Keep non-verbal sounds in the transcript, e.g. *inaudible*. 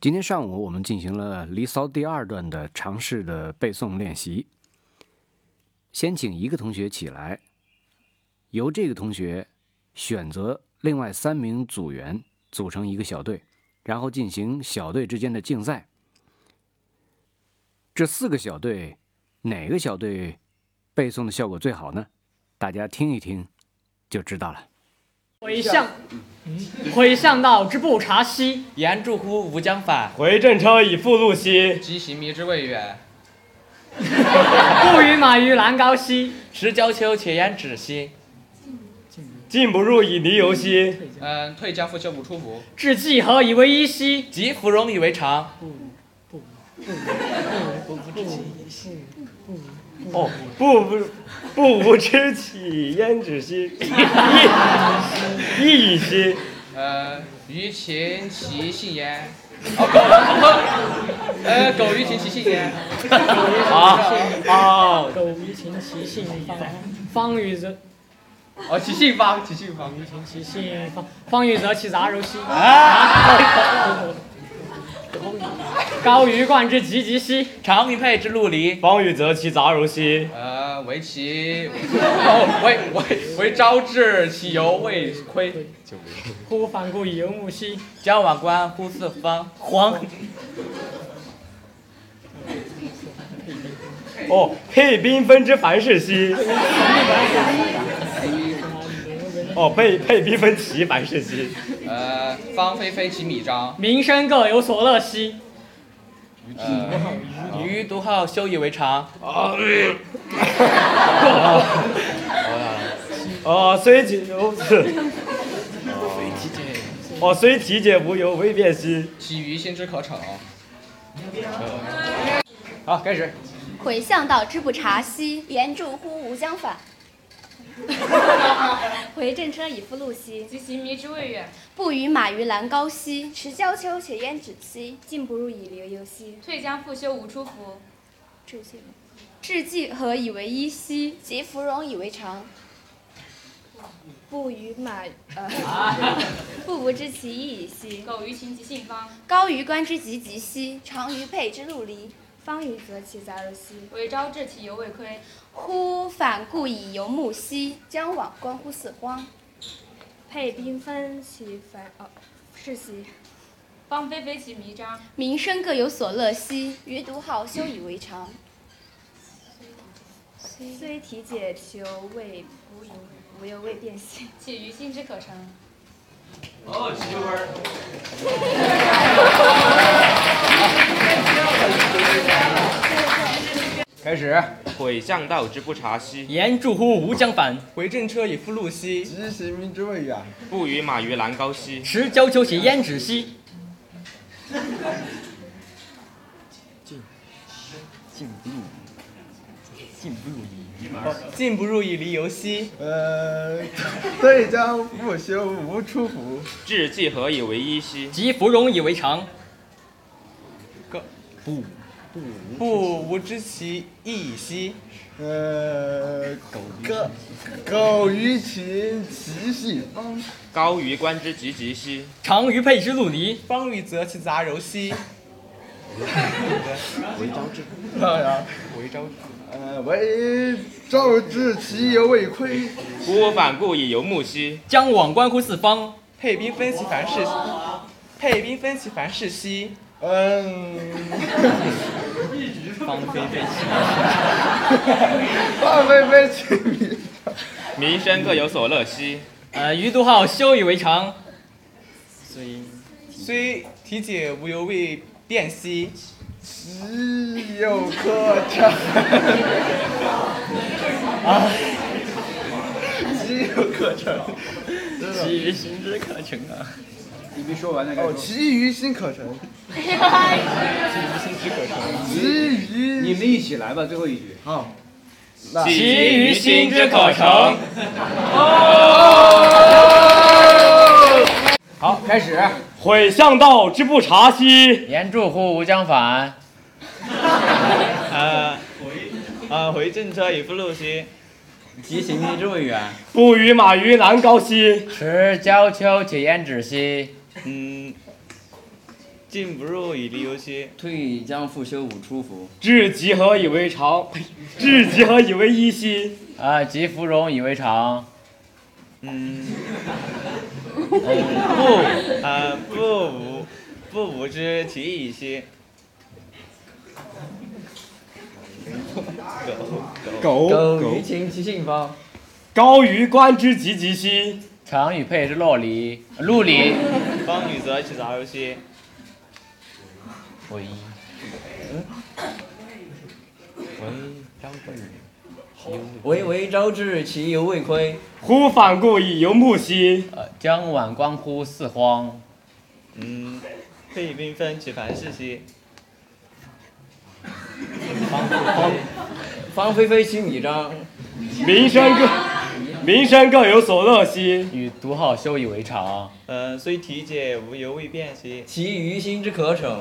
今天上午，我们进行了《离骚》第二段的尝试的背诵练习。先请一个同学起来，由这个同学选择另外三名组员组成一个小队，然后进行小队之间的竞赛。这四个小队，哪个小队背诵的效果最好呢？大家听一听就知道了。回向，回向道之不察兮，言助乎吾将反，回正车以复路兮，及行迷之未远。不与马于栏高兮。时交丘且焉止兮。进不入以离游兮，嗯，退将复修补出补。至既何以为一兮？及芙蓉以为常。哦，不不不无知其焉止兮，亦亦已兮，呃，于琴其信焉。 *laughs* 哦，狗，狗 *laughs* 呃，苟于琴其信焉。哦，苟于琴其信方，方与则哦，其信方，其信方。琴其信方，方与则其杂如兮。高于贯之汲汲兮，常与沛之陆离。方与则其杂如兮，呃，为其， *laughs* 哦，为为为朝至其犹未亏。忽反顾以游牧兮。将往观乎四方。黄。哦，配缤纷之凡事兮，哦，配配缤纷其凡事兮，呃，芳菲菲其米张。民生各有所乐兮，余独好修以为常，哦，虽其哦是，哦，虽其解无由，未变兮，其余心之可惩。好，开始。回向道之不察兮，言助乎吾将反。 *laughs* 回正车以复路兮，及其迷之未远，不与马于栏高兮。持交丘且焉止兮，进不入以流游兮。退将复修无出服。致敬。致既何以为一兮？及芙蓉以为常。 *laughs* 不与马呃， *laughs* 不无知其意已兮。苟于琴其信方，高于观之汲汲兮，长于沛之陆离。方与则其杂如兮。为朝至其犹未亏。忽反顾以游牧兮，将往观乎四荒。配缤纷其繁哦，是兮。芳菲菲其迷张，民生各有所乐兮，余独好修以为常。虽体解求未无由，无由未变兮。其余心之可乘。开始。毁向道之不察兮，言助乎吾将反，回正车以复路兮。及其民之未远，不与马于栏高兮。持交丘且焉止兮。进不入，进不入，进不入以离游兮。呃，对将复修无出服。至既何以为一兮？及芙蓉以为常。不不无知其意兮。呃，苟苟于其其信方，高于观之汲汲兮。常于沛之陆离，方与则其杂糅兮。 *laughs* 呃，为朝至其犹未亏。忽反顾以游牧兮。将往观乎四方，配兵分其凡事，配兵分其凡事兮，嗯，方菲菲兮。范飞飞其民，民生各有所乐兮。 *laughs* 呃，余独好修以为常，虽体解无犹未变兮。其有可乘。其有可乘。哦其行之可成啊。你没说完那个。 *laughs* 哦，其余心可乘。其余你们一起来吧，最后一句。好，其于心之可乘。哦好，开始。毁向道之不察兮。言助乎吾将反，呃，呃，回正车以复路兮，及行迷之未远。不与马于栏高兮，持交丘且焉止兮。嗯，进不入，以离犹惜。退将复修，吾出服。治极何以为常？治极何以为一兮？啊，及芙蓉以为常。嗯，不啊不无不无之其义兮。苟苟于情其性方。高于官之极极兮。常与配之洛离，陆离。方与则其杂由兮。为为张贵。为为朝至，其犹未亏。忽反顾以游木兮。呃，将晚观乎四荒。嗯，配缤纷其凡事兮。方方菲菲其米张。名山各名山各有所乐兮。与独好修以为常。呃，虽体解，无犹未变兮。其于心之可惩。